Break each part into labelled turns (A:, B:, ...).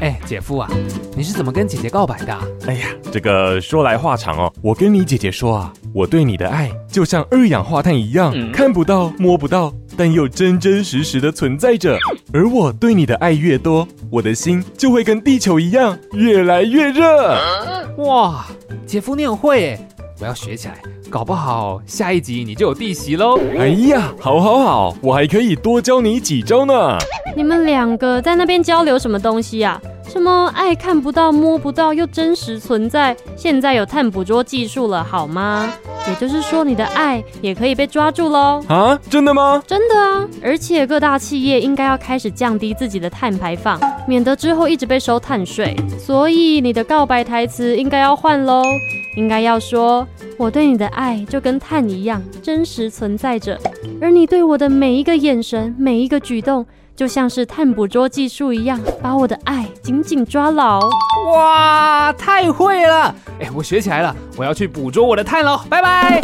A: 哎，姐夫啊，你是怎么跟姐姐告白的啊、
B: 哎呀，这个说来话长哦。我跟你姐姐说啊，我对你的爱就像二氧化碳一样，看不到、摸不到，但又真真实实的存在着。而我对你的爱越多，我的心就会跟地球一样越来越热。
A: 哇，姐夫你很会哎，我要学起来，搞不好下一集你就有地席喽。
B: 哎呀，好好好，我还可以多教你几招呢。
C: 你们两个在那边交流什么东西啊？什么爱看不到、摸不到又真实存在？现在有碳捕捉技术了，好吗？也就是说，你的爱也可以被抓住喽。
B: 啊，真的吗？
C: 真的啊！而且各大企业应该要开始降低自己的碳排放，免得之后一直被收碳税。所以你的告白台词应该要换喽，应该要说：“我对你的爱就跟碳一样真实存在着，而你对我的每一个眼神、每一个举动，就像是碳捕捉技术一样，把我的爱紧紧抓牢。”
A: 哇，太会了！哎，我学起来了，我要去捕捉我的碳喽，拜拜。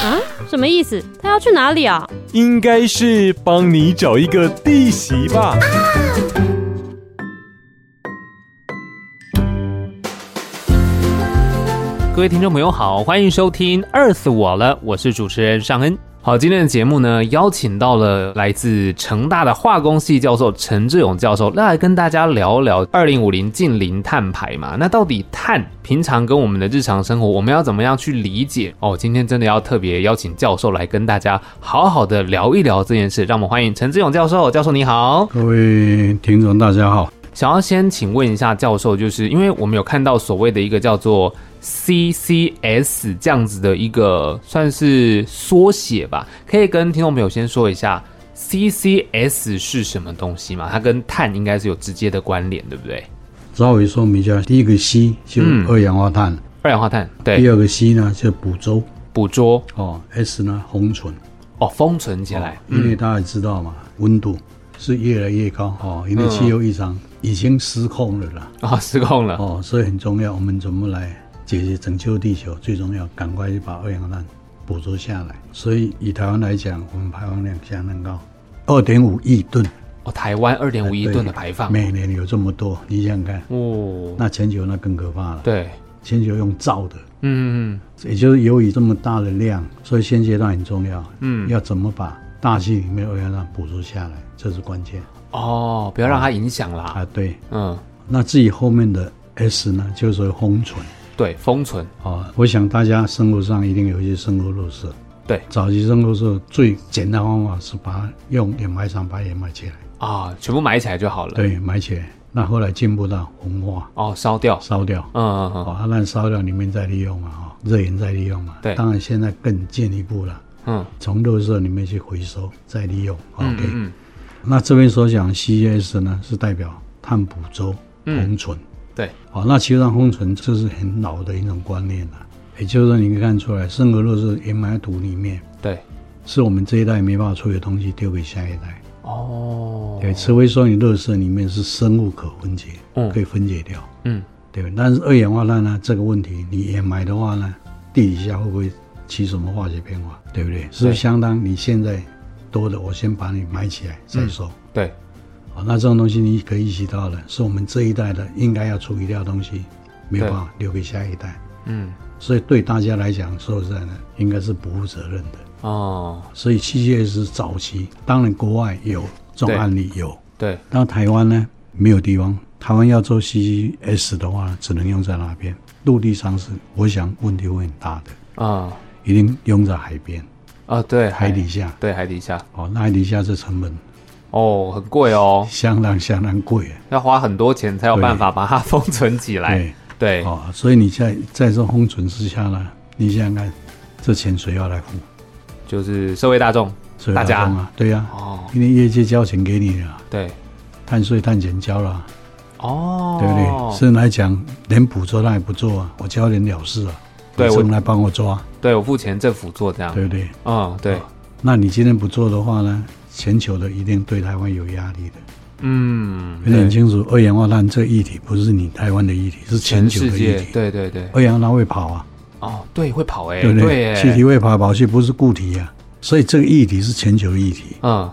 C: 啊，什么意思？他要去哪里啊？
B: 应该是帮你找一个地席吧。
A: 各位听众朋友好，欢迎收听《饿死我了》，我是主持人尚恩。好，今天的节目呢，邀请到了来自成大的化工系教授陈志勇教授，那来跟大家聊聊二零五零近零碳排嘛。那到底碳平常跟我们的日常生活，我们要怎么样去理解？哦，今天真的要特别邀请教授来跟大家好好的聊一聊这件事。让我们欢迎陈志勇教授，教授你好。
D: 各位听众，大家好。
A: 想要先请问一下教授，就是因为我们有看到所谓的一个叫做 CCS 这样子的一个算是缩写吧，可以跟听众朋友先说一下 CCS 是什么东西嘛？它跟碳应该是有直接的关联，对不对？
D: 稍微说明一下，第一个 C 就
A: 嗯哎
D: 二氧化碳，
A: 二氧化碳，
D: 第
A: 对，
D: 二个 C 呢就捕捉
A: 捕捉
D: 哦，S 呢红醇，
A: 哦，封存起来，
D: 因为大家也知道嘛，温度是越来越高哦，因为气候异
A: 嗯
D: 常已经失控了啦
A: 啊、失控了，
D: 哦，所以很重要，我们怎么来解决拯救地球？最重要，赶快去把二氧化碳捕捉下来。所以以台湾来讲，我们排放量相当高，二点五亿吨
A: 哦，台湾二点五亿吨的
D: 哎对
A: 排放，
D: 每年有这么多，你想想看，
A: 哦，
D: 那全球那更可怕了。
A: 对，
D: 全球用造的，
A: 嗯，
D: 也就是由于这么大的量，所以现阶段很重要。
A: 嗯
D: 要怎么把大气里面的二氧化碳捕捉下来，这是关键
A: 哦，不要让它影响啦，
D: 啊。对，
A: 嗯，
D: 那至于后面的 S 呢，就是封存
A: 对，封存，
D: 啊。我想大家生活上一定有一些生活垃圾。
A: 对
D: 早期生活垃圾最简单的方法是把它用掩埋场把它掩埋起来，
A: 啊、全部埋起来就好了，，
D: 对，埋起来。那后来进步到红化，
A: 哦，烧掉，
D: 烧掉。
A: 嗯嗯嗯。
D: 哦，啊那烧掉里面再利用嘛，哈、热源再利用嘛。
A: 对
D: 当然现在更进一步了。
A: 嗯
D: 从垃圾里面去回收再利用。
A: 嗯
D: OK，、
A: 嗯
D: 那这边所讲 CES 呢，是代表碳捕捉、
A: 嗯
D: 封存。
A: 对，
D: 好、那其实上封存这是很老的一种观念了、也就是说你可以看出来，生活垃圾掩埋在土里面，
A: 对，
D: 是我们这一代没办法处理的东西丢给下一代。
A: 哦，
D: 对，除非说你垃圾里面是生物可分解，
A: 嗯
D: 可以分解掉，
A: 嗯，
D: 对吧。但是二氧化碳呢这个问题，你掩埋的话呢，地底下会不会起什么化学变化，对不对？是不
A: 对
D: 是相当你现在多的，我先把你埋起来
A: 嗯
D: 再说。
A: 对，
D: 好，那这种东西你可以意识到了，是我们这一代的应该要处理掉的东西，没有
A: 对
D: 办法留给下一代。
A: 嗯，
D: 所以对大家来讲，说实在的，应该是不负责任的。
A: 哦，
D: 所以企业是早期，当然国外有这种
A: 对
D: 案例有，
A: 对，
D: 那台湾呢没有地方，台湾要做 CCS 的话，只能用在那边陆地上是，我想问题会很大的，
A: 啊、
D: 一定用在海边、
A: 啊，对，
D: 海底下。
A: 对海底下
D: 哦，那海底下这成本
A: 哦，很贵哦，
D: 相当相当贵，啊
A: 要花很多钱才有办法把它封存起来。
D: 对，
A: 对，
D: 哦，所以你在在这封存之下呢，你想想看，这钱谁要来付？
A: 就是社会大众
D: 谁
A: 大
D: 来付
A: 家
D: 啊？对呀、
A: 哦，
D: 因为业界交钱给你了，
A: 对，
D: 碳税碳钱交了，啊
A: 哦，
D: 对不对？私人来讲，连捕捉他也不做啊，我交点了事啊，
A: 对
D: 你
A: 我
D: 政府来帮我抓，
A: 对我付钱，政府做这样。
D: 对哦不对？
A: 嗯，对，
D: 那你今天不做的话呢，全球的一定对台湾有压力的。
A: 嗯，
D: 因为很
A: 对
D: 清楚，二氧化碳这议题不是你台湾的议题，是全
A: 全
D: 球
A: 世
D: 的
A: 界
D: 议，题。
A: 对对对，
D: 二氧化碳会跑啊，
A: 哦，对，会跑哎，
D: 对不
A: 对，
D: 气体
A: 哎，
D: 会跑来跑去，不是固体啊。所以这个议题是全球议题，
A: 嗯，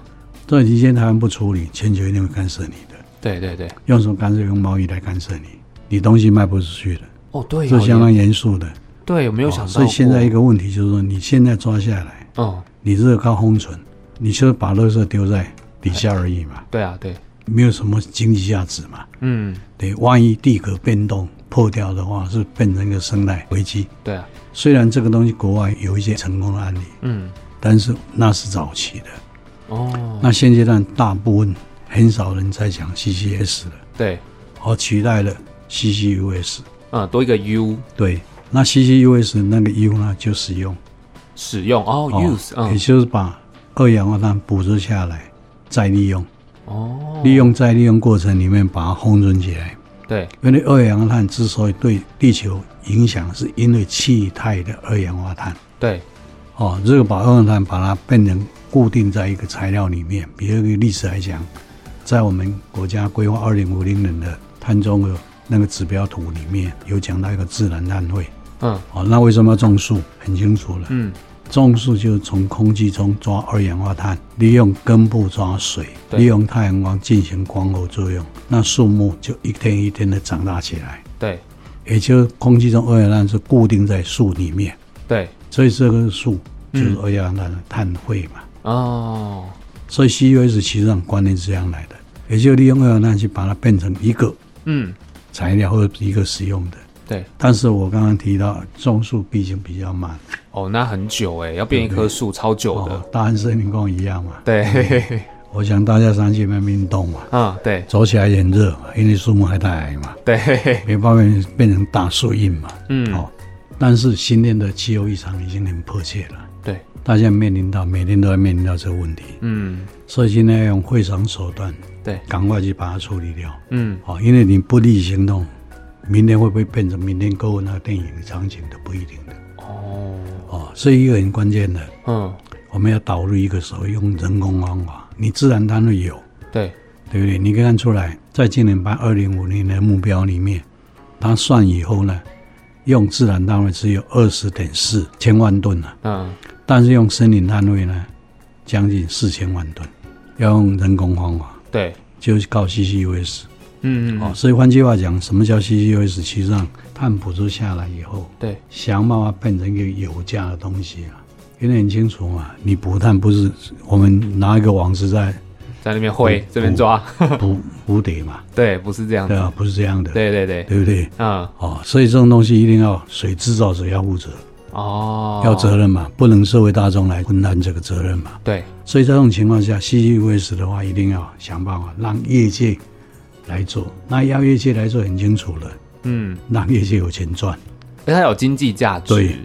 D: 这段期间台湾不处理，全球一定会干涉你的。
A: 对对对，
D: 用什么干涉？用贸易来干涉你，你东西卖不出去的，
A: 哦，对哦，
D: 这相当
A: 也
D: 严肃的。
A: 对，我没有想到过。
D: 所以现在一个问题就是说，你现在抓下来，
A: 嗯，
D: 你热靠封存，你就是把垃圾丢在底下而已嘛，
A: 对啊，对，
D: 没有什么经济价值嘛。
A: 嗯，
D: 对，万一地壳变动破掉的话，是变成一个生态危机。
A: 对啊，
D: 虽然这个东西国外有一些成功的案例，
A: 嗯，
D: 但是那是早期的。
A: 哦，
D: 那现阶段大部分很少人在讲 CCS 了，
A: 对，
D: 而取代了 CCUS。
A: 嗯，多一个 U
D: 对，那 CCUS 那个 U 呢，就使用
A: 使用哦，use，
D: 也
A: 嗯，
D: 就是把二氧化碳捕捉下来，再利用，
A: 哦，
D: 利用再利用过程里面把它封存起来。
A: 对，
D: 因为二氧化碳之所以对地球影响，是因为气态的二氧化碳。
A: 对，
D: 哦，这个把二氧化碳把它变成固定在一个材料里面。比如一个例子来讲，在我们国家规划二零五零年的碳中和那个指标图里面，有讲到一个自然碳汇。
A: 嗯
D: 哦，那为什么要种树？很清楚了，
A: 嗯，
D: 种树就是从空气中抓二氧化碳，利用根部抓水，
A: 对
D: 利用太阳光进行光合作用，那树木就一天一天的长大起来。
A: 对
D: 也就是空气中二氧化碳是固定在树里面，
A: 对，
D: 所以这个树就是
A: 嗯
D: 二氧化碳的碳汇嘛。
A: 哦，
D: 所以 CUS 其实上观念是这样来的，也就利用二氧化碳去把它变成一个
A: 嗯，
D: 材料或者一个使用的。
A: 对，
D: 但是我刚刚提到种树毕竟比较慢，
A: 哦，那很久哎，要变一
D: 对
A: 棵树超久的，，
D: 大安森林公园一样嘛。
A: 对， 嘿嘿嘿
D: 我想大家上去慢慢运动嘛，
A: 嗯，对
D: 走起来也很热嘛，因为树木还太矮嘛，
A: 对，嘿嘿
D: 没办法变成大树荫嘛。
A: 嗯
D: 哦，但是新年的气候异常已经很迫切了。
A: 对，
D: 大家面临到每天都在面临到这个问题，
A: 嗯
D: 所以现在要用非常手段，
A: 对，
D: 赶快去把它处理掉。
A: 嗯，
D: 哦，因为你不立即行动，明天会不会变成明天购物那个电影场景都不一定的。
A: 哦，
D: 哦，所以一个很关键的，
A: 嗯，
D: 我们要导入一个所谓用人工方法，你自然单位有，
A: 对，
D: 对不对？你可以看出来，在今年把二零五零的目标里面，它算以后呢，用自然单位只有二十点四千万吨啊。
A: 嗯，
D: 但是用森林单位呢，将近四千万吨，要用人工方法，
A: 对，
D: 就是靠 CCUS
A: 嗯嗯
D: 哦。
A: 嗯，
D: 所以换句话讲，什么叫 CCUS？其实上碳捕捉下来以后，
A: 对，
D: 想办法变成一个有价的东西啊。因为很清楚嘛，你补碳不是我们拿一个网子在
A: 在那边挥，这边抓，
D: 补补得嘛，
A: 对，不是这样
D: 对
A: 子，
D: 啊，不是这样的，
A: 嗯对对对，
D: 对不对？
A: 嗯，
D: 哦，所以这种东西一定要谁制造者要负责，
A: 哦，
D: 要责任嘛，不能社会大众来分担这个责任嘛。
A: 对，
D: 所以在这种情况下，CCUS 的话，一定要想办法让业界来做。那要业界来做很清楚了，
A: 嗯，
D: 让业界有钱赚
A: 因为它有经济价值，
D: 对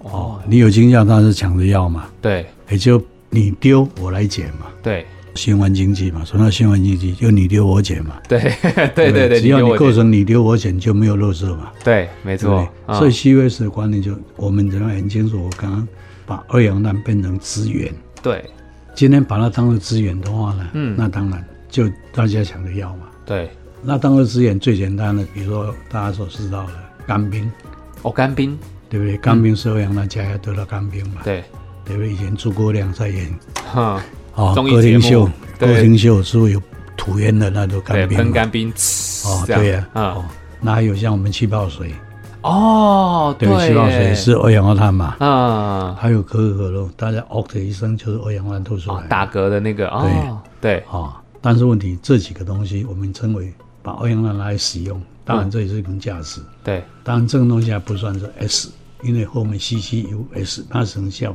A: 哦，
D: 你有经验，他是抢着要嘛，
A: 对
D: 也就你丢我来捡嘛，
A: 对
D: 循环经济嘛。什么叫循环经济？就你丢我捡嘛。
A: 对 对
D: 不
A: 对对，
D: 只要
A: 给
D: 你
A: 我
D: 构
A: 点
D: 成你丢我捡，就没有垃圾嘛，
A: 对，没
D: 对不
A: 错
D: 对？，
A: 嗯
D: 所以 CCUS 的观念就我们人很清楚。我刚刚把二氧化碳变成资源，
A: 对
D: 今天把它当做资源的话呢，
A: 嗯
D: 那当然就大家抢着要嘛。
A: 对，
D: 那当做资源最简单的，比如说大家所知道的干冰，
A: 哦，干冰，
D: 对不对？干冰是会让大家要得到干冰嘛，
A: 对， 嗯
D: 对不对？以前诸葛亮在演
A: 哼，
D: 哦，
A: 综艺
D: 歌
A: 节
D: 厅
A: 目
D: 秀，
A: 对
D: 歌厅秀是会有吐烟的那种
A: 对，
D: 干冰
A: 喷
D: 嘛，
A: 干冰，
D: 哦，
A: 这样
D: 对呀、
A: 嗯
D: 哦，那还有像我们气泡水，
A: 哦，
D: 对，
A: 耶
D: 气泡水是二氧化碳嘛，
A: 嗯，
D: 还有可口可乐，大家哦的一声就是二氧化碳吐出来
A: 哦
D: 了，
A: 打嗝的那个哦，对，
D: 啊。但是问题这几个东西，我们称为把二氧化碳拿来使用，当然
A: 嗯
D: 这也是一种价值。
A: 对，
D: 当然这个东西还不算是 S，因为后面 CCUS 它只能叫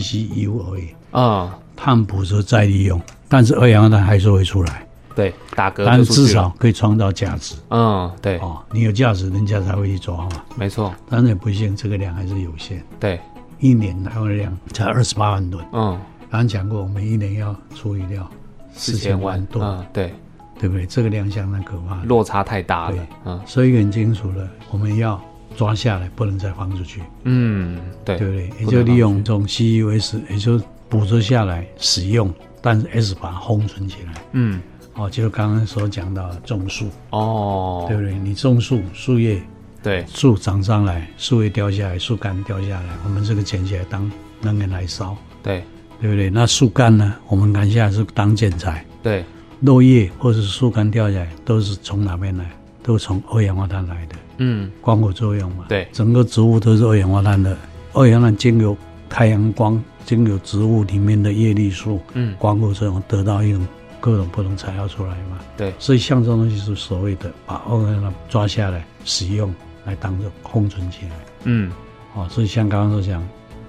D: CCU 而已，
A: 嗯，
D: 碳捕捉再利用，但是二氧化碳还是会出来，
A: 对，打嗝
D: 但
A: 就是出去了
D: 至，少可以创造价值
A: 嗯，对，
D: 哦，你有价值，人家才会去抓嘛。
A: 没错，
D: 但是很不幸，这个量还是有限，
A: 对，
D: 一年台湾的量才二十八万吨。
A: 嗯，
D: 刚刚讲过，我们一年要处理掉四千万吨，
A: 嗯，对，
D: 对不对？这个量相当可怕的，
A: 落差太大了
D: 对，
A: 嗯
D: 所以很清楚了，我们要抓下来，不能再放出去，
A: 嗯，对，
D: 对不对？也
A: 不能
D: 就利
A: 放
D: 用这种 CUS，也就是捕捉下来使用，但是 S 把它封存起来。
A: 嗯，
D: 哦，就是刚刚所讲到的种树，
A: 哦
D: 对，不对？你种树，树叶
A: 对，
D: 树长上来，树叶掉下来，树干掉下来，我们这个捡起来当能源来烧，
A: 对，
D: 对不对？那树干呢，我们砍下来是当建材。
A: 对，
D: 落叶或者是树干掉下来，都是从哪边来？都是从二氧化碳来的，
A: 嗯，
D: 光合作用嘛。
A: 对
D: 整个植物都是二氧化碳的，二氧化碳经由太阳光，经由植物里面的叶绿素，
A: 嗯
D: 光合作用得到一种各种不同材料出来嘛。
A: 对
D: 所以像这种东西是所谓的把二氧化碳抓下来使用，来当做封存起来。
A: 嗯，
D: 哦，所以像刚刚所讲，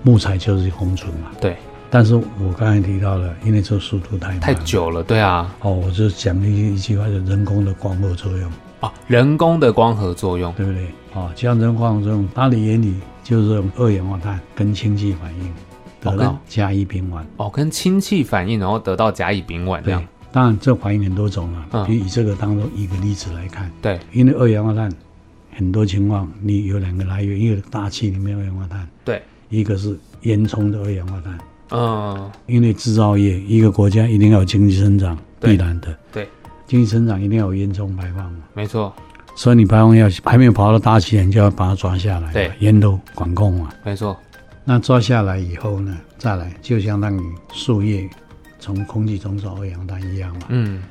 D: 木材就是封存嘛。
A: 对，
D: 但是我刚才提到了，因为这速度太慢
A: 太
D: 了
A: 久了，对啊，
D: 哦，我就讲一一句话，就人工的光合作用，
A: 哦，人工的光合作用，
D: 对不对？哦，这样人工光合作用，它的原理就是用二氧化碳跟氢气反应得
A: 哦跟
D: 到加一丙烷。
A: 哦，跟氢气反应，然后得到甲乙丙烷这
D: 对
A: 样，，
D: 当然这反应很多种啊，
A: 嗯
D: 比如以这个当做一个例子来看，
A: 对，
D: 因为二氧化碳很多情况你有两个来源，一个大气里面二氧化碳，
A: 对，
D: 一个是烟囱的二氧化碳。
A: 嗯，
D: 因为制造业一个国家一定要有经济增长，
A: 对
D: 必然的，
A: 对，
D: 经济增长一定要有烟囱排放嘛。
A: 没错，
D: 所以你排放要还没有跑到大气层，就要把它抓下来，
A: 对，
D: 烟都管控嘛。
A: 没错，
D: 那抓下来以后呢，再来就相当于树叶从空气中找二氧化碳一样嘛。
A: 嗯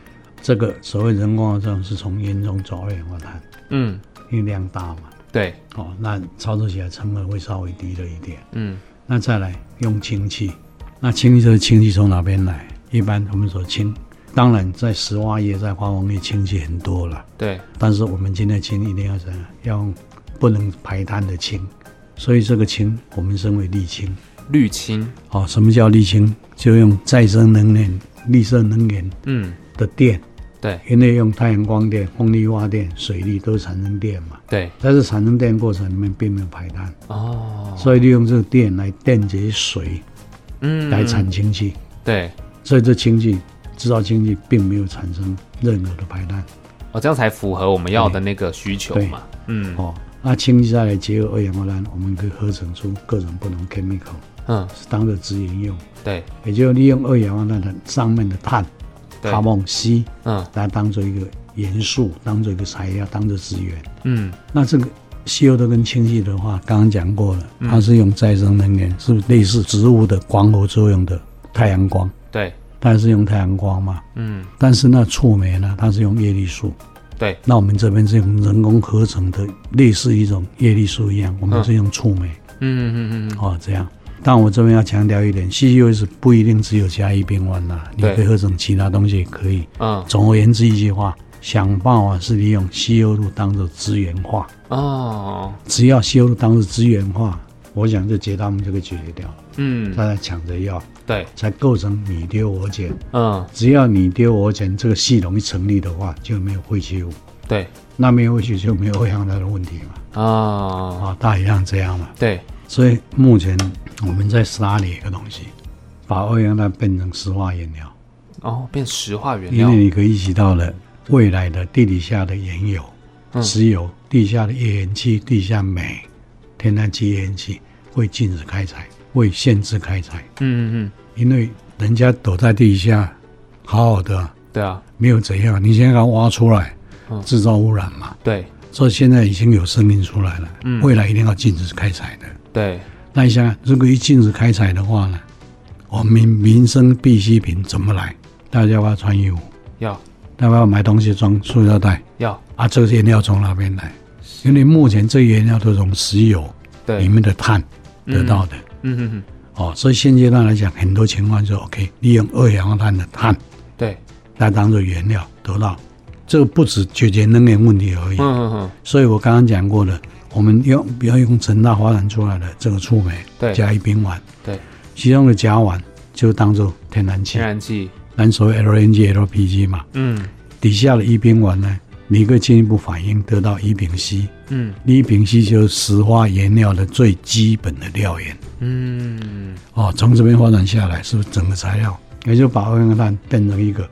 D: 这个所谓人工的啊这种是从烟中找二氧化碳，
A: 嗯，
D: 因为量大嘛。
A: 对，
D: 哦，那操作起来成本会稍微低了一点。
A: 嗯
D: 那再来用氢气，那氢气这个氢气从哪边来？一般我们说氢，当然在石化业、在化工业氢气很多了。
A: 对，
D: 但是我们今天的氢一定要怎样？要用不能排碳的氢，所以这个氢我们称为沥氢。
A: 绿氢，
D: 哦，什么叫沥氢？就用再生能源、绿色能源
A: 嗯，
D: 的电，
A: 对
D: 因为用太阳光电、风力发电、水力都产生电嘛。
A: 对，
D: 但是产生电过程里面并没有排碳，
A: 哦，
D: 所以利用这个电来电解水
A: 嗯
D: 来产氢气，
A: 对，
D: 所以这氢气制造氢气并没有产生任何的排碳。
A: 哦，这样才符合我们要的那个需求
D: 对
A: 嘛，嗯
D: 哦，那氢气再来结合二氧化碳，我们可以合成出各种不同 chemical，
A: 嗯，
D: 是当做资源用，
A: 对
D: 也就是利用二氧化碳的上面的碳
A: 对，
D: 卡蒙 C
A: 嗯
D: 来当做一个元素，当做一个材料，当做资源。
A: 嗯，
D: 那这个 CO2 跟氢气的话，刚刚讲过了，
A: 嗯
D: 它是用再生能源，是类似植物的光合作用的太阳光，
A: 对，
D: 但是用太阳光嘛。
A: 嗯
D: 但是那触媒呢，它是用叶绿素。
A: 对，
D: 那我们这边是用人工合成的，类似一种叶绿素一样，我们是用触媒、
A: 嗯嗯嗯嗯，
D: 哦，这样。但我这边要强调一点，CCUS 不一定只有加一丙烷啦，你
A: 对
D: 可以合成其他东西也可以。
A: 嗯
D: 总而言之，一句话，想办法是利用 CO2 当做资源化，
A: 哦，
D: 只要 CO2 当做资源化，我想这解他们就可以解决掉，
A: 嗯
D: 大家抢着要，
A: 对，
D: 才构成你丢我捡。
A: 嗯
D: 只要你丢我捡这个系统一成立的话，就没有废弃物，
A: 对，
D: 那没有废弃物就没有二氧化碳的问题嘛。
A: 哦，
D: 啊，大一样这样嘛。
A: 对，
D: 所以目前我们在沙里一个东西，把二氧化碳变成石化原料，
A: 哦，变石化原
D: 因
A: 料
D: 为，你可以预期到了未来的地底下的原油、
A: 嗯
D: 石油、地下的页岩气、地下煤、天然气、页岩气会禁止开采，会限制开采，
A: 嗯嗯
D: 因为人家躲在地底下好好的，
A: 嗯，对啊，
D: 没有怎样，你先给它挖出来
A: 嗯，
D: 制造污染嘛。
A: 对
D: 所以现在已经有声音出来了，
A: 嗯
D: 未来一定要禁止开采的。
A: 对，
D: 那你想想，如果一禁止开采的话呢，我们民民生必需品怎么来？大家要不要穿衣服？
A: 要
D: 要不要买东西装塑料袋？
A: 要
D: 啊，这个原料从哪边来？因为目前这原料都从石油里
A: 对，
D: 面的碳得到的。
A: 嗯哼哼，
D: 哦，所以现阶段来讲，很多情况就 OK，利用二氧化碳的碳
A: 对，
D: 来当做原料得到，这个不只解决能源问题而已。
A: 嗯哼哼，
D: 所以我刚刚讲过的，我们用不要用陈大发展出来的这个触媒
A: 对，
D: 加一丙烷，
A: 对，
D: 其中的甲烷就当做天然气
A: 天，然气，
D: 咱所谓 LNG、LPG 嘛，
A: 嗯
D: 底下的乙丙烷呢，你可以进一步反应得到乙丙烯，
A: 嗯
D: 乙丙烯就是石化原料的最基本的料源。
A: 嗯，
D: 哦，从这边发展下来，是不是整个材料也就把二氧化碳变成一个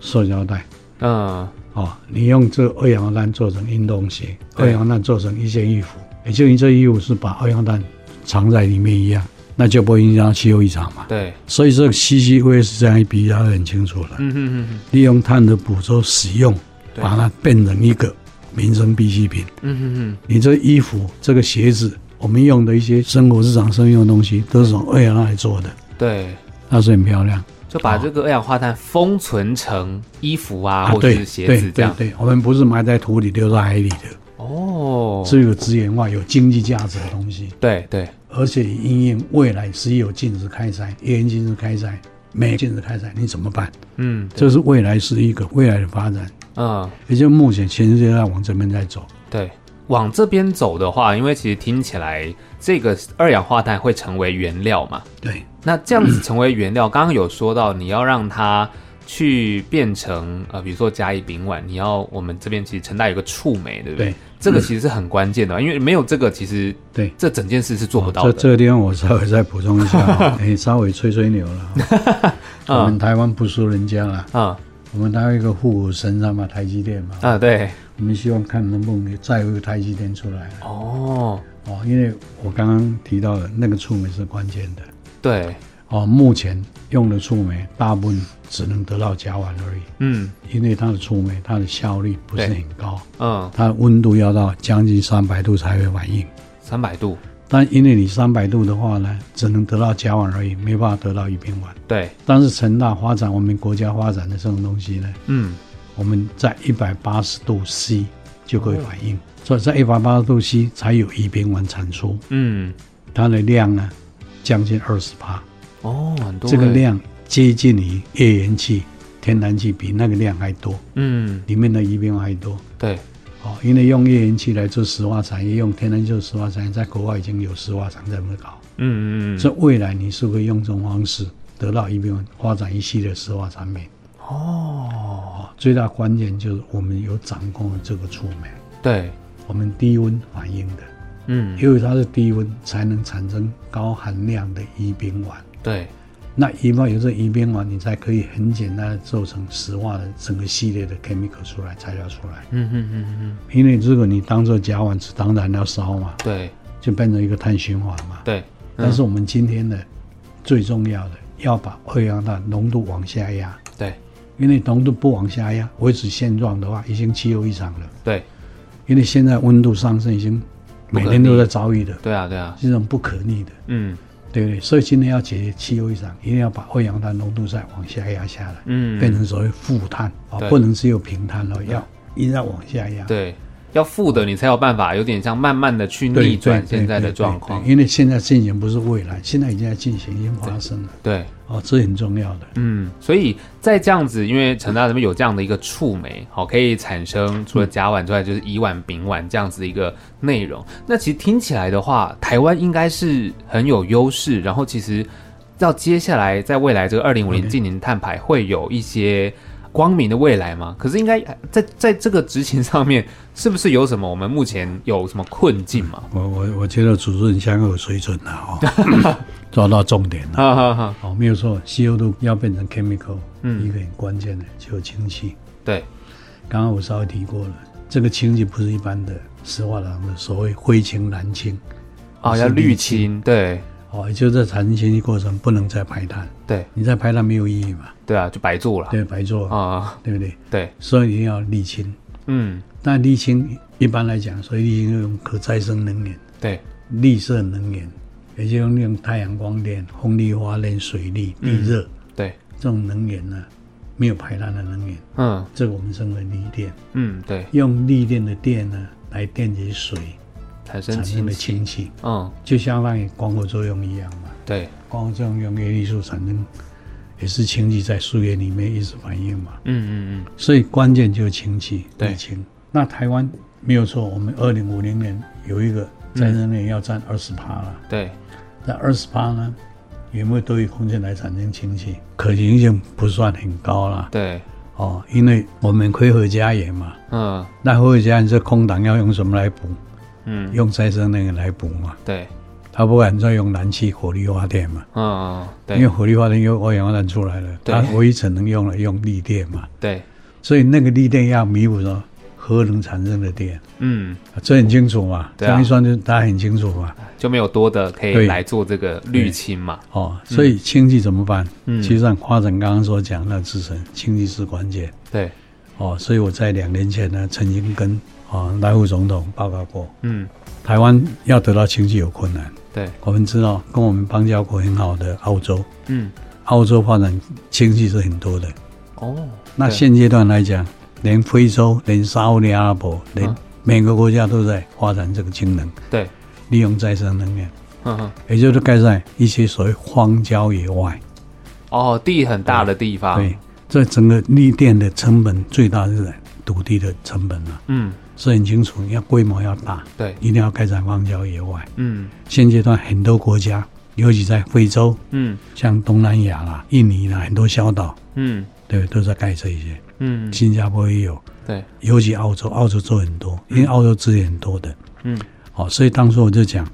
D: 塑胶袋？
A: 嗯，
D: 哦，你用这二氧化碳做成运动鞋，
A: 对
D: 二氧化碳做成一件衣服，也就你这衣服是把二氧化碳藏在里面一样，那就不会影响到气候异常嘛。
A: 对，
D: 所以这个 CCV 是这样一比较很清楚了，
A: 嗯哼哼哼，
D: 利用碳的捕捉使用，
A: 对
D: 把它变成一个民生必需品。
A: 嗯哼哼，
D: 你这衣服、这个鞋子，我们用的一些生活日常生用的东西，都是从二氧化碳来做的，
A: 对，
D: 那是很漂亮。
A: 就把这个二氧化碳封存成衣服啊，或者是鞋
D: 对
A: 子
D: 对
A: 这
D: 对
A: 样。
D: 对，我们不是埋在土里丢在海里的，
A: 哦，
D: 是有资源化、有经济价值的东西，
A: 对对，
D: 而且因应未来石油禁止开采、页岩禁止开采、煤禁止开采，你怎么办？
A: 嗯
D: 这是未来是一个未来的发展，
A: 嗯，
D: 也就目前全世界在往这边在走。
A: 对。往这边走的话，因为其实听起来这个二氧化碳会成为原料嘛，
D: 对
A: 那这样子成为原料，刚刚有说到你要让它去变成呃，比如说甲乙丙烷，你要我们这边其实陈大有个触媒，对不对？
D: 对
A: 这个其实是很关键的，因为没有这个，其实
D: 对。
A: 这整件事是做不到
D: 这
A: 的。
D: 哦这个地方我稍微再补充 一下哦，哎，稍微吹吹牛了哦。我们台湾不输人家了，
A: 嗯
D: 我们台湾有一个护国神山嘛，台积电嘛，
A: 啊，对，
D: 我们希望看能不能再有一个台积电出来。
A: 哦，
D: 哦，因为我刚刚提到的那个触媒是关键的
A: 对，
D: 哦。目前用的触媒大部分只能得到甲烷而已，
A: 嗯
D: 因为它的触媒它的效率不是
A: 对
D: 很高，
A: 嗯，
D: 它的温度要到将近三百度才会反应。
A: 三百度，
D: 但因为你三百度的话呢，只能得到甲烷而已，没办法得到乙丙烷。
A: 对，
D: 但是成大发展我们国家发展的这种东西呢，
A: 嗯
D: 我们在一百八十度 C 就可以反应，所以在一百八十度 C 才有乙丙烷产出，
A: 嗯，
D: 它的量呢将近二十帕。
A: 哦，很多
D: 这个
A: 欸，
D: 量接近于页岩气、天然气比那个量还多，
A: 嗯，
D: 里面的乙丙还多。
A: 对，
D: 哦，因为用页岩气来做石化产业，用天然气做石化产业，在国外已经有石化厂在那么搞。
A: 嗯嗯
D: 所
A: 嗯，
D: 以未来你是会用这种方式得到乙丙发展一系列石化产品。
A: 哦，
D: 哦，最大关键就是我们有掌控了这个触媒，
A: 对，
D: 我们低温反应的，
A: 嗯，
D: 因为它是低温才能产生高含量的乙丙烷。
A: 对，
D: 那一般有这一边完，你才可以很简单的做成石化的整个系列的 chemical 出来材料出来。
A: 嗯嗯嗯嗯，
D: 因为如果你当做甲烷只当燃料烧嘛，
A: 对
D: 就变成一个碳循环嘛。
A: 对，
D: 但是我们今天的最重要的，要把二氧化碳浓度往下压，
A: 对
D: 因为浓度不往下压，维持现状的话，已经气候异常了。
A: 对
D: 因为现在温度上升已经每天都在遭遇的，
A: 对啊对啊，
D: 是一种不可逆的，
A: 嗯
D: 对不对？所以今天要解决气候异常，一定要把二氧化碳浓度再往下压下来。
A: 嗯，
D: 变成所谓负碳啊
A: 对，
D: 不能只有平碳了，要一定要往下压。
A: 对，要负的你才有办法，有点像慢慢的去
D: 对，
A: 逆转
D: 对
A: 现在
D: 对
A: 的
D: 对
A: 状
D: 对
A: 况。
D: 因为现在进行不是未来，现在已经在进行，已经发生了
A: 对，
D: 哦，这很重要的。
A: 嗯，所以在这样子，因为陈大这边有这样的一个触媒，好，可以产生除了甲烷之外，就是乙烷、丙烷这样子的一个内容。那其实听起来的话，台湾应该是很有优势，然后其实到接下来在未来这个二零五零
D: OK
A: 近零碳排会有一些。光明的未来吗？可是应该在在这个执行上面，是不是有什么我们目前有什么困境 嘛？
D: 我我我觉得主持人相当有水准了哦， 抓到重点了。
A: 哈哈哈，
D: 哦，没有错，CO2 要变成 chemical，一
A: 嗯
D: 个很关键的就是氢气。
A: 对，
D: 刚刚我稍微提过了，这个氢气不是一般的石化糖的所谓灰氢、蓝氢，
A: 啊，
D: 是
A: 要
D: 沥
A: 滤清，对
D: 哦，也就是在产生氢气过程不能再排碳，
A: 对
D: 你再排碳没有意义嘛，
A: 对啊，就白做了
D: 对，白做，
A: 啊，
D: 对不对？
A: 对，
D: 所以一定要沥青。
A: 嗯，
D: 那沥青一般来讲，所以沥青要用可再生能源、
A: 对，
D: 绿色能源，也就用用太阳光电、风力发电、水力、地热、
A: 对，
D: 这种能源呢，没有排碳的能源，
A: 嗯
D: 这个我们称为绿电。
A: 嗯，对，
D: 用绿电的电呢，来电解水
A: 产生
D: 产生
A: 氢
D: 的
A: 气，
D: 氢气，
A: 嗯，
D: 就相当于光合作用一样嘛。
A: 对，
D: 光合作用用叶绿素产生，也是氢气在树叶里面一直反应嘛。
A: 嗯嗯嗯，
D: 所以关键就是氢气，
A: 对
D: 沥青。那台湾没有错，我们二零五零年有一个再生能源要占二十趴了。
A: 对，
D: 那二十八呢，有没有多余空间来产生氢气？可行性不算很高啦。
A: 对，
D: 哦，因为我们亏回家园嘛，
A: 嗯
D: 那亏回家园这空档要用什么来补？
A: 嗯，
D: 用再生能源来补嘛。
A: 对，
D: 他不敢再用燃气、火力发电嘛，
A: 嗯
D: 因为
A: 对，
D: 火力发电又二氧化碳出来了，
A: 对
D: 它唯一只能用了用力电嘛，
A: 对，
D: 所以那个力电要弥补说核能产生的电，啊
A: 嗯，
D: 这很清楚嘛。
A: 对
D: 这
A: 啊
D: 样一算就大家很清楚嘛。
A: 就没有多的可以
D: 对
A: 来做这个滤清嘛，
D: 哦，所以氢气怎么办？
A: 嗯
D: 其实像花展刚刚所讲那制成氢气是关键。
A: 对，
D: 哦，所以我在两年前呢，曾经跟啊赖副总统报告过，
A: 嗯
D: 台湾要得到氢气有困难。
A: 对，
D: 我们知道，跟我们邦交国很好的澳洲，
A: 嗯
D: 澳洲发展氢气是很多的。
A: 哦，
D: 那
A: 对
D: 现阶段来讲，连非洲、连沙特阿拉伯、连
A: 嗯
D: 每个国家都在发展这个氢能，
A: 对，
D: 利用再生能源，
A: 嗯嗯，
D: 也就是盖在一些所谓荒郊野外。
A: 哦，地很大的地方，
D: 对，这整个绿电的成本最大是在土地的成本了、
A: 嗯
D: 是很清楚，要规模要大，
A: 对，
D: 一定要开展荒郊野外。
A: 嗯
D: 现阶段很多国家，尤其在非洲、
A: 嗯
D: 像东南亚啦、印尼啦，很多小岛，
A: 嗯
D: 对，都在盖这一些。
A: 嗯，
D: 新加坡也有，
A: 对，
D: 尤其澳洲，澳洲做很多，因为澳洲资源很多的。
A: 嗯
D: 哦，所以当初我就讲，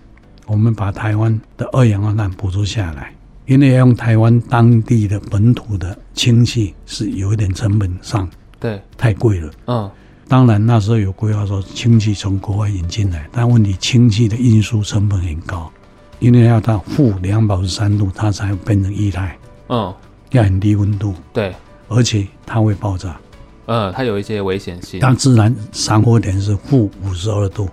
D: 我们把台湾的二氧化碳补助下来，因为要用台湾当地的本土的氢气是有一点成本上
A: 对，
D: 太贵了。
A: 嗯
D: 当然那时候有规划说氢气从国外引进来，但问题氢气的运输成本很高，因为要到负两百三度它才变成液态，
A: 嗯
D: 要很低温度，
A: 对，
D: 而且它会爆炸。
A: 嗯，它有一些危险性，
D: 它自然闪火点是负五十二度，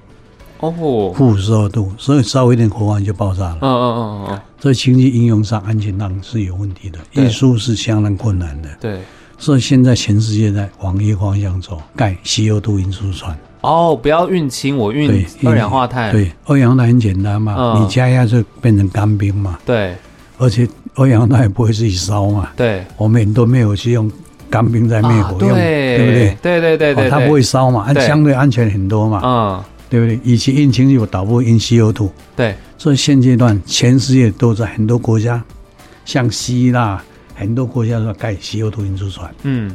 A: 哦，
D: 负五十二度，所以稍微一点火花就爆炸了
A: 嗯。嗯嗯嗯嗯，
D: 这氢气应用上安全上是有问题的，
A: 对
D: 运输是相当困难的。
A: 对，
D: 所以现在全世界在往一个方向走，盖稀有度运输船。
A: 哦，不要运氢，我运
D: 对，
A: 二氧化碳。
D: 对，二氧化碳很简单嘛，
A: 哎嗯
D: 你加压就变成干冰嘛，
A: 对
D: 而且二氧化碳也不会自己烧嘛。
A: 对
D: 我们很多灭火器用干冰在灭
A: 啊
D: 火用，
A: 对
D: 不对？
A: 对对对对，
D: 哦，它
A: 对
D: 不会，烧嘛，安
A: 对
D: 相对安全很多嘛，
A: 嗯，
D: 对不对？以前运氢气我倒不如运稀有度，
A: 对，
D: 所以现阶段全世界都在很多国家，像希腊很多国家都在盖稀有度运输船，
A: 嗯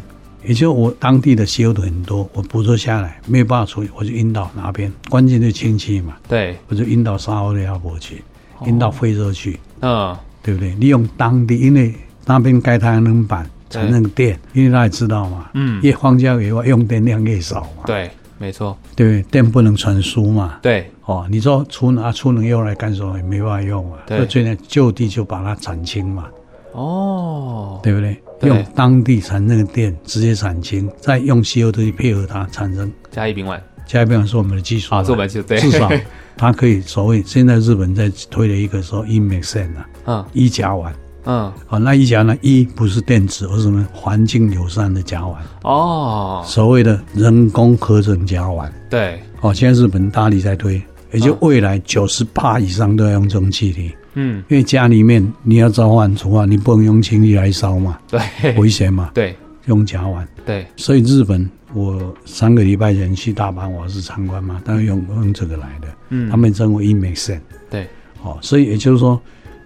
D: 也就我当地的稀有度很多，我捕捉下来没有办法处理，我就运到哪边？关键就是氢气嘛，
A: 对，
D: 我就运到沙特阿拉伯去，运到非洲去，
A: 嗯
D: 对不对？利用当地，因为那边盖太阳能板
A: 对
D: 产生电，因为大家知道嘛，
A: 嗯
D: 越荒郊野外用电量越少嘛，
A: 对，没错，
D: 对不对？电不能传输嘛，
A: 对
D: 哦，你说储能啊，储能用来干什么？也没办法用嘛。
A: 对
D: 所以最呢，就地就把它产氢嘛，
A: 哦，
D: 对不对？
A: 对
D: 用当地产生的电直接产氢，再用稀有度去配合它产生。
A: 加一丙烷
D: 下一遍是我们的技术
A: 啊，
D: 了
A: 这我们就对，
D: 至少它可以所谓现在日本在推了一个说 e m a x e n 啊，
A: 嗯
D: 一甲烷。
A: 嗯
D: 好、那一甲呢？一不是电子，而是什么环境友善的甲烷，
A: 哦，
D: 所谓的人工合成甲烷。
A: 对，
D: 哦，现在日本大力在推，也就
A: 嗯
D: 未来九十帕以上都要用蒸汽体。
A: 嗯
D: 因为家里面你要召唤除啊，你不能用氢气来烧嘛，
A: 对
D: 危险嘛，
A: 对
D: 用甲烷。
A: 对，
D: 所以日本，我三个礼拜前去大阪，我是参观嘛，当然用用这个来的，
A: 嗯，
D: 他们称为 e m a x e n
A: 对
D: 哦，所以也就是说，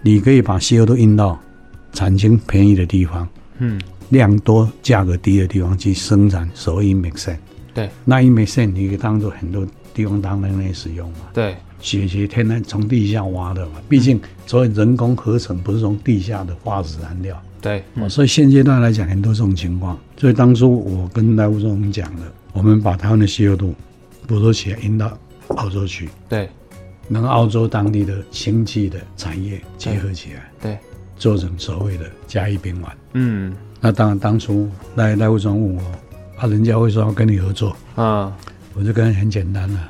D: 你可以把 CO 都运到产氢便宜的地方，
A: 嗯
D: 量多、价格低的地方去生产所谓 e m a x e n
A: 对
D: 那 e m a x e n 你可以当做很多地方当能源使用嘛。
A: 对
D: 雪茄天然从地下挖的嘛，毕竟所谓人工合成不是从地下的化石燃料，
A: 对，
D: 哦，所以现阶段来讲很多这种情况。所以当初我跟赖副总讲的，我们把台湾的稀有度捕捉起来，引到澳洲去，
A: 对
D: 跟澳洲当地的氢气的产业结合起来，
A: 对，
D: 做成所谓的加一丙烷。
A: 嗯
D: 那当然，当初赖赖副总问我，啊，人家会说要跟你合作，
A: 嗯
D: 我就跟他很简单了、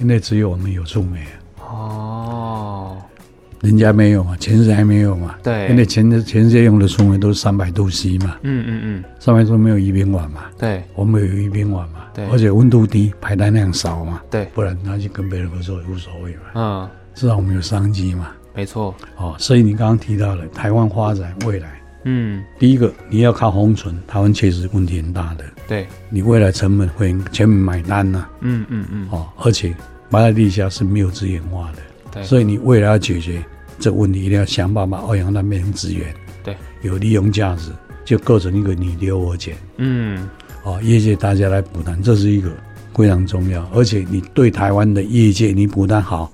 D: 因为只有我们有触媒啊。
A: 哦，
D: 人家没有嘛，全世界还没有嘛。
A: 对
D: 因为全世全世界用的出门都是三百度 C 嘛，
A: 嗯嗯嗯，
D: 三百度没有一冰碗嘛，
A: 对
D: 我们有一冰碗嘛
A: 对，
D: 而且温度低，排单量少嘛，
A: 对，
D: 不然他就跟别人合作也无所谓嘛，
A: 嗯，
D: 至少我们有商机嘛。
A: 没错，
D: 哦，所以你刚刚提到了台湾发展未来，
A: 嗯，
D: 第一个你要靠红唇，台湾确实问题很大的，
A: 对，
D: 你未来成本会全民买单呐、
A: 嗯嗯嗯，
D: 哦，而且马来西亚是没有资源化的，
A: 对，
D: 所以你未来要解决这问题，一定要想办法哦欧阳那变成资源，
A: 对，
D: 有利用价值，就构成一个你丢我捡，
A: 嗯，
D: 哦，业界大家来补单，这是一个非常重要，而且你对台湾的业界你补单好，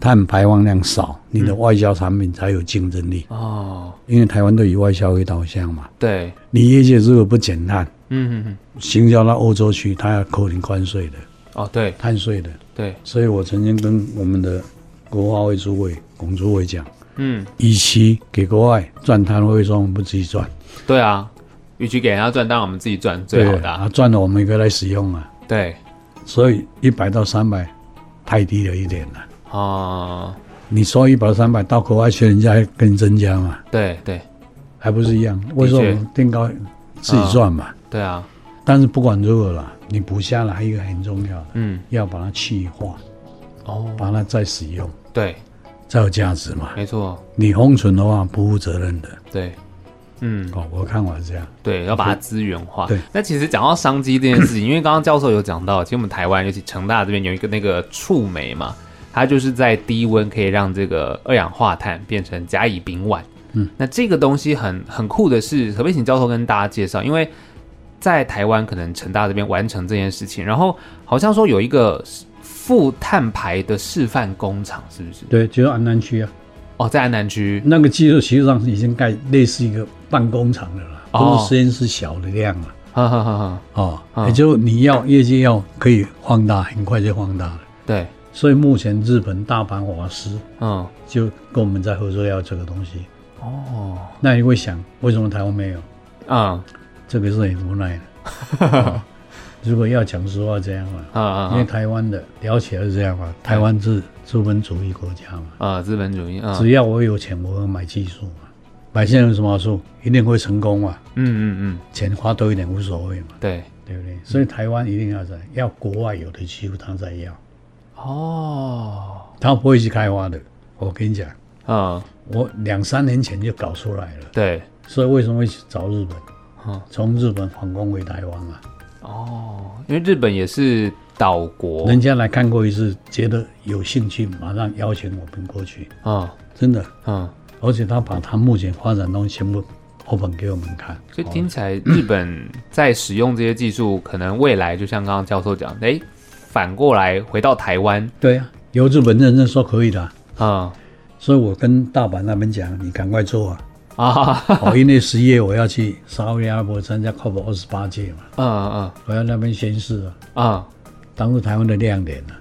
D: 碳排放量少，你的外销产品才有竞争力，
A: 哦，
D: 因为台湾都以外销为导向嘛，
A: 对，
D: 你业界如果不减碳，
A: 嗯嗯嗯，
D: 行销到欧洲去，它要扣你关税的、
A: 哦，对
D: 碳税的。
A: 对，
D: 所以我曾经跟我们的国发会主委龚主委讲，
A: 嗯，
D: 与其给国外赚摊位说我们不自己赚，
A: 对啊，与其给人家赚，当然我们自己赚最好的啊、
D: 啊，赚了我们也可以来使用啊。
A: 对，
D: 所以一百到三百太低了一点了、
A: 哦，
D: 你说一百三百到国外去，人家还更增加嘛，
A: 对对
D: 还不是一
A: 哦
D: 样？为什么我们定高自己赚嘛？
A: 对啊，
D: 但是不管如何啦，你补下来还有一个很重要的，
A: 嗯，
D: 要把它气化，
A: 哦，
D: 把它再使用，
A: 对，
D: 才有价值嘛。
A: 没错，
D: 你封存的话不负责任的，
A: 对，嗯，
D: 哦，我看法是这样。
A: 对，要把它资源化。
D: 对，
A: 那其实讲到商机这件事情，因为刚刚教授有讲到，其实我们台湾尤其成大这边有一个那个触媒嘛，它就是在低温可以让这个二氧化碳变成甲乙丙烷。
D: 嗯，
A: 那这个东西很很酷的是，可不可以请教授跟大家介绍？因为在台湾可能成大这边完成这件事情，然后好像说有一个负碳排的示范工厂，是不是？
D: 对，就是安南区啊，
A: 哦，在安南区。
D: 那个技术实际上是已经盖类似一个办工厂的了，
A: 哦
D: 都是实验室小的量了。
A: 哈哈哈哈，
D: 哦，
A: 嗯
D: 也就你要业绩要可以放大，很快就放大了。
A: 对，
D: 所以目前日本大阪瓦斯
A: 嗯，
D: 就跟我们在合作要这个东西。
A: 哦，
D: 那你会想，为什么台湾没有？
A: 嗯，
D: 这个是很无奈的。哦如果要讲实话，这样嘛，
A: 嗯嗯，
D: 因为
A: 嗯
D: 台湾的了解是这样嘛，台湾是资本主义国家嘛，
A: 啊，资本主义，嗯，
D: 只要我有钱，我会买技术嘛，买现在有什么好处？一定会成功嘛。
A: 嗯嗯
D: 钱花多一点无所谓嘛，
A: 嗯，对，
D: 对不对？所以台湾一定要在要国外有的技术，他在要，
A: 哦，
D: 他不会去开发的。我跟你讲，
A: 嗯，
D: 我两三年前就搞出来了，
A: 对，
D: 所以为什么会去找日本？
A: 嗯，
D: 从日本反攻回台湾啊，
A: 哦，因为日本也是岛国，
D: 人家来看过一次，觉得有兴趣，马上邀请我们过去，
A: 嗯
D: 真的。
A: 嗯，
D: 而且他把他目前发展的东西全部 open 给我们看，
A: 所以听起来日本在使用这些技术，可能未来就像刚刚教授
D: 哦
A: 讲，哎，反过来回到台湾，
D: 对呀、由日本认证说可以的啊，
A: 嗯
D: 所以我跟大阪那边讲，你赶快做 啊。
A: 啊，
D: 哦，因为十一月我要去沙特阿拉伯参加 COP 二十八届嘛，
A: 嗯嗯
D: 我要那边宣誓啊，
A: 嗯，
D: 当做台湾的亮点啊，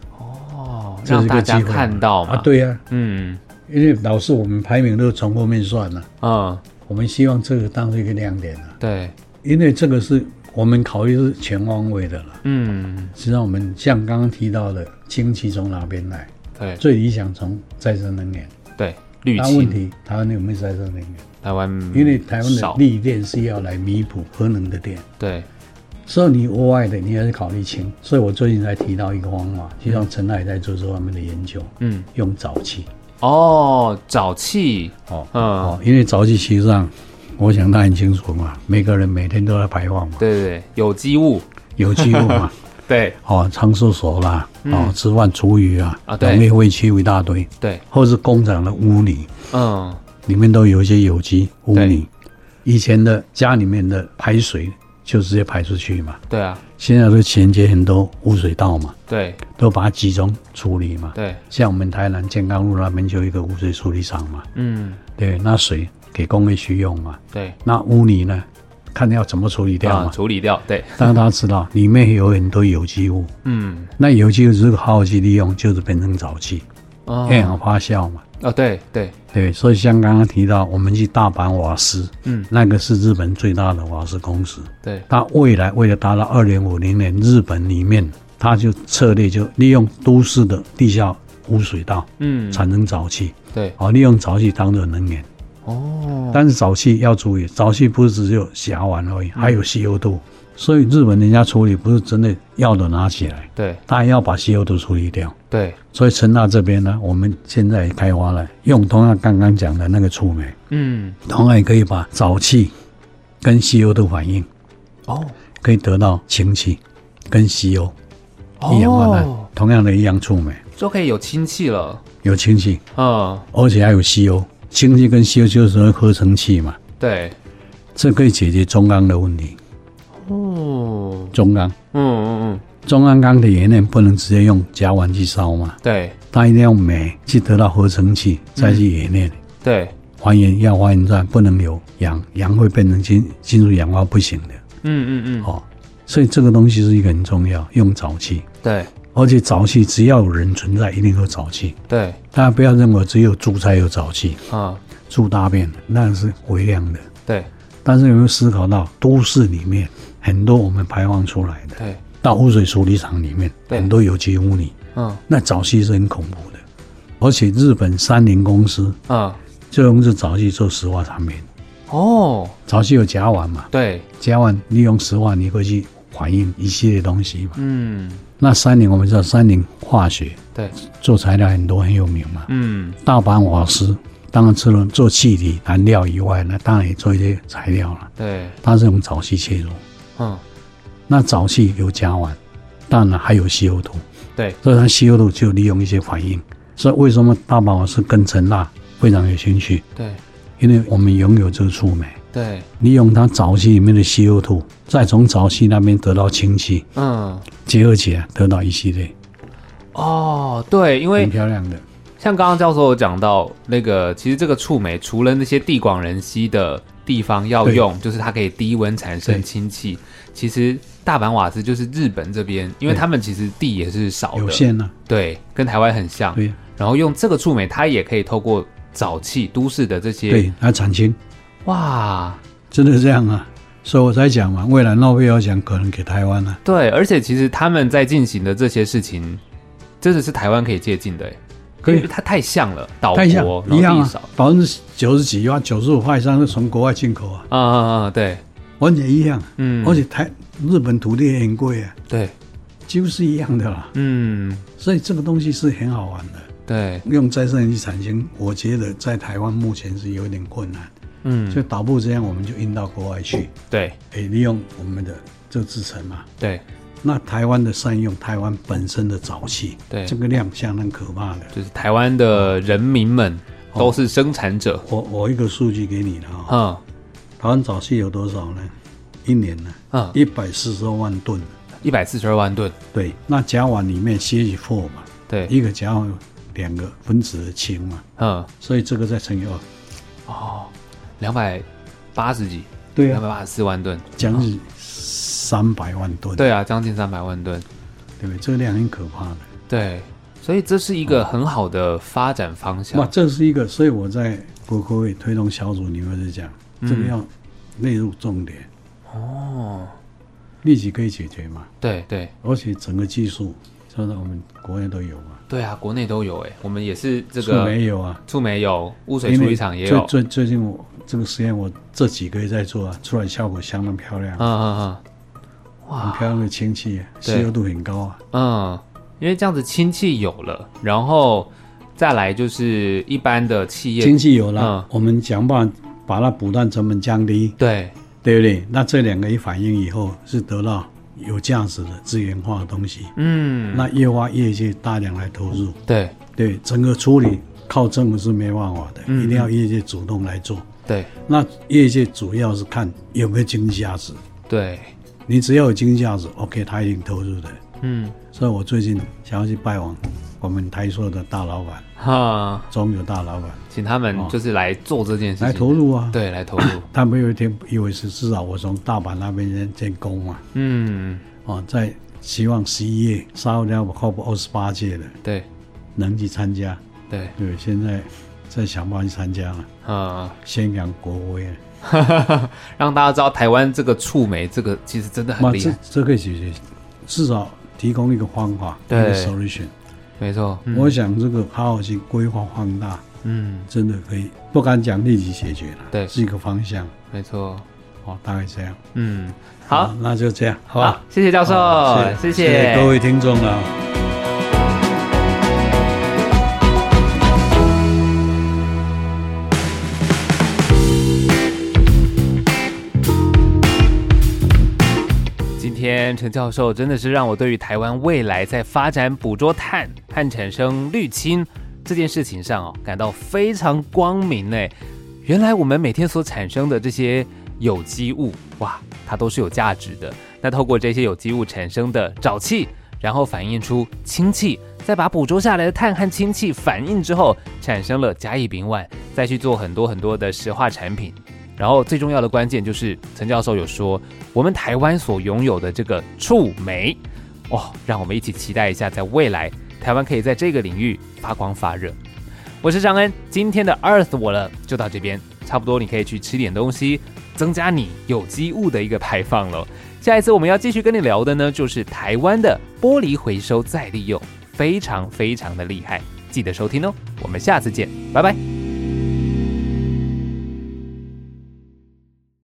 A: 哦，
D: 这
A: 让
D: 是
A: 大
D: 个机
A: 家
D: 会
A: 看到嘛，
D: 啊，，对啊，
A: 嗯
D: 因为老是我们排名都从后面算了、
A: 嗯，
D: 我们希望这个当做一个亮点啊，
A: 对，
D: 因为这个是我们考虑是全方位的了。
A: 嗯
D: 实际上，我们像刚刚提到的，氢气从哪边来？
A: 对
D: 最理想从再生能源，
A: 对，绿
D: 但问
A: 氢，
D: 题台湾有没有再生能源？
A: 台湾
D: 因为台湾的
A: 少，
D: 力电是要来弥补核能的电。
A: 对，
D: 所以你额外的，你还是考虑清。所以我最近才提到一个方法，就像陈海在做这方面的研究，
A: 嗯，
D: 用沼气。
A: 哦，沼气，
D: 哦
A: 嗯。
D: 哦，因为沼气其实上，我想他很清楚嘛，每个人每天都在排放嘛，
A: 对对对，有机物，
D: 有机物 嘛，
A: 对
D: 哦，上厕所啦，哦，吃饭厨余啊，
A: 嗯啊对
D: 农业废弃物一大堆，
A: 对，
D: 或是工厂的污泥，
A: 嗯，
D: 里面都有一些有机污
A: 对
D: 泥。以前的家里面的排水就直接排出去嘛，
A: 对啊，
D: 现在都衔接很多污水道嘛，
A: 对
D: 都把它集中处理嘛。
A: 对，
D: 像我们台南健康路那边就有一个污水处理厂嘛，
A: 嗯，
D: 对，那水给工业区用嘛，
A: 对，
D: 那污泥呢，看要怎么处理掉
A: 啊，
D: 嘛。
A: 处理掉，对，
D: 但他知道里面有很多有机物，
A: 嗯，
D: 那有机物如果好好去利用，就是变成沼气，
A: 哦
D: 二氧化酵嘛。
A: 哦，对对，
D: 对，所以像刚刚提到，我们去大阪瓦斯，
A: 嗯，
D: 那个是日本最大的瓦斯公司，
A: 对，
D: 它未来为了达到二零五零年日本里面，它就策略就利用都市的地下污水道
A: 嗯，
D: 产生沼气，
A: 对，
D: 好、哦利用沼气当做能源。
A: 哦，
D: 但是沼气要注意，沼气不是只有甲烷而已，
A: 嗯
D: 还有 CO2。所以日本人家处理不是真的要的拿起来，
A: 对
D: 他也要把 CO2 处理掉。
A: 对，
D: 所以成大这边呢，我们现在也开发了用同样刚刚讲的那个触媒，
A: 嗯，
D: 同样也可以把沼气跟 CO2 反应，
A: 哦，
D: 可以得到氢气跟 CO 一氧化碳，
A: 哦
D: 同样的一样触媒
A: 就可以有氢气了。
D: 有氢气，
A: 嗯，
D: 而且还有 CO，氢气跟 CO 就是会合成气嘛，
A: 对，
D: 这可以解决中钢的问题。
A: 哦，
D: 中钢，
A: 嗯嗯嗯，
D: 中钢钢铁冶炼不能直接用甲烷去烧嘛，
A: 对
D: 它一定要镁去得到合成气，再去冶炼。
A: 对，
D: 还原要还原在不能有氧，氧会变成金金属氧化不行的
A: 嗯嗯嗯，
D: 哦。所以这个东西是一个很重要，用沼气，
A: 对
D: 而且沼气只要有人存在，一定有沼气。
A: 对，
D: 大家不要认为只有猪才有沼气，
A: 啊
D: 猪大便那是微量的。
A: 对
D: 但是有没有思考到，都市里面很多我们排放出来的，
A: 对，
D: 到污水处理厂里面
A: 对
D: 很多有机污泥，
A: 嗯
D: 那沼气是很恐怖的。而且日本三菱公司
A: 嗯，
D: 就用这沼气做石化产品，
A: 哦，
D: 沼气有甲烷嘛，
A: 对，
D: 甲烷利用石化，你会去反映一系列东西嘛。
A: 嗯
D: 那三菱我们知道，三菱化学
A: 对，
D: 做材料很多很有名嘛。
A: 嗯
D: 大阪瓦斯当然除了做气体燃料以外呢，当然也做一些材料了，
A: 对，
D: 它是用沼气切入。
A: 嗯
D: 那沼气有甲烷，当然还有 CO2，
A: 对，
D: 所以它 CO2 就利用一些反应。所以为什么大阪瓦斯跟陈纳非常有兴趣？
A: 对
D: 因为我们拥有这个触媒，
A: 对，
D: 利用它沼气里面的 CO2，再从沼气那边得到氢气，
A: 嗯。
D: 结合起来得到一系列
A: 哦，对，因为
D: 很漂亮的。
A: 像刚刚教授有讲到那个，其实这个触媒除了那些地广人稀的地方要
D: 对
A: 用，就是它可以低温产生
D: 对
A: 氢气。其实大阪瓦斯就是日本这边，因为
D: 对
A: 他们其实地也是少的，
D: 有限呢、
A: 对，跟台湾很像。
D: 对
A: 然后用这个触媒，它也可以透过沼气都市的这些，
D: 对，它产氢
A: 哇，
D: 真的是这样啊，所以我才讲嘛，未来诺贝尔奖可能给台湾了、啊。
A: 对，而且其实他们在进行的这些事情，真的是台湾可以借鉴的，哎
D: 可以
A: 因为它太像了，岛国
D: 看一下，一
A: 然
D: 样
A: 后地
D: 啊
A: 少，，
D: 百分之九十几啊，九十五块以上是从国外进口啊，
A: 啊啊啊，对，
D: 完全一样。
A: 嗯，
D: 而且台日本土地也很贵啊，
A: 对，
D: 几乎是一样的啦。
A: 嗯，
D: 所以这个东西是很好玩的。
A: 对，
D: 用再生能源产生，我觉得在台湾目前是有点困难，所
A: 嗯，
D: 以导部这样我们就运到国外去，
A: 对
D: 哎，利用我们的这制成嘛。
A: 对
D: 那台湾的善用台湾本身的沼气，
A: 对
D: 这个量相当可怕的。
A: 就是台湾的人民们都是生产者，
D: 我我一个数据给你了啊、
A: 嗯
D: 台湾沼气有多少呢？一年呢，
A: 嗯，
D: 一百四十万吨。
A: 一百四十二万吨，
D: 对，那甲烷里面些许货嘛，
A: 对，
D: 一个甲烷有两个分子的氢嘛，
A: 嗯，
D: 所以这个再乘以二。
A: 哦，两百八十几，
D: 对啊
A: 两百，八十四万吨，
D: 将近三百万吨。
A: 对啊，将近三百万吨，
D: 对不对？这个量很可怕的。
A: 对，所以这是一个很好的发展方
D: 哇，
A: 向，
D: 这是一个，所以我在国科会推动小组里面是讲，这个要列入重点，
A: 嗯哦，
D: 立即可以解决嘛。
A: 对对
D: 而且整个技术，现在我们国内都有嘛，
A: 对啊，国内都有哎，我们也是这
D: 树
A: 个
D: 没有啊。
A: 触媒有，污水
D: 因
A: 处
D: 为
A: 理厂也有，
D: 最最最近我这个实验，我这几个月在做啊，出来效果相当漂亮，
A: 嗯嗯嗯，
D: 很
A: 哇，
D: 漂亮的氢气啊
A: 对
D: ，CO 度很高啊。
A: 嗯，因为这样子氢气有了，然后再来就是一般的企业，
D: 氢气有了
A: 嗯，
D: 我们想办法把它补碳成本降低，
A: 对
D: 对不对？那这两个一反应以后，是得到有价值的资源化的东西。
A: 嗯，
D: 那业外业界大量来投入，
A: 对
D: 对整个处理靠政府是没办法的，
A: 嗯
D: 一定要业界主动来做。
A: 对
D: 那业界主要是看有没有经济价值，
A: 对，
D: 你只要有经济价值，OK，他一定投入的。
A: 嗯，
D: 所以我最近想要去拜访我们台塑的大老板、
A: 哈，
D: 中油大老板
A: 请他们就是来做这件事情，
D: 来投，入啊。
A: 对，来投入，
D: 他们有一天以为是至少我从大阪那边先建工嘛，
A: 嗯，
D: 哦，在希望十一月沙特阿拉伯 COP 二十八届的
A: 对
D: 能去参加，
A: 对，
D: 对，现在在想办法去参加了，
A: 嗯，
D: 宣扬国威啊了。
A: 让大家知道台湾这个触媒这个其实真的很
D: 那
A: 厉
D: 这
A: 害，
D: 这可以解决，至少提供一个方法，一
A: 对
D: 个 solution。
A: 没错，嗯
D: 我想这个好好去规划放大，
A: 嗯，
D: 真的可以，不敢讲立即解决了，
A: 对
D: 是一个方向
A: 没错，
D: 哦，大概这样。
A: 嗯，好，，
D: 那就这样，好
A: 好
D: 吧，？
A: 谢谢教授
D: 好，
A: 谢
D: 谢各位听众啊了。
A: 今天陈教授真的是让我对于台湾未来在发展捕捉碳和产生绿氢这件事情上哦，感到非常光明哎。原来我们每天所产生的这些有机物，哇，它都是有价值的。那透过这些有机物产生的沼气，然后反映出氢气，再把捕捉下来的碳和氢气反应之后，产生了甲乙丙烷，再去做很多很多的石化产品。然后最重要的关键就是，陈教授有说，我们台湾所拥有的这个触媒，哦，让我们一起期待一下，在未来台湾可以在这个领域发光发热。我是张恩，今天的 Earth 我了就到这边，差不多你可以去吃点东西，增加你有机物的一个排放了。下一次我们要继续跟你聊的呢，就是台湾的玻璃回收再利用，非常非常的厉害，记得收听哦。我们下次见，拜拜。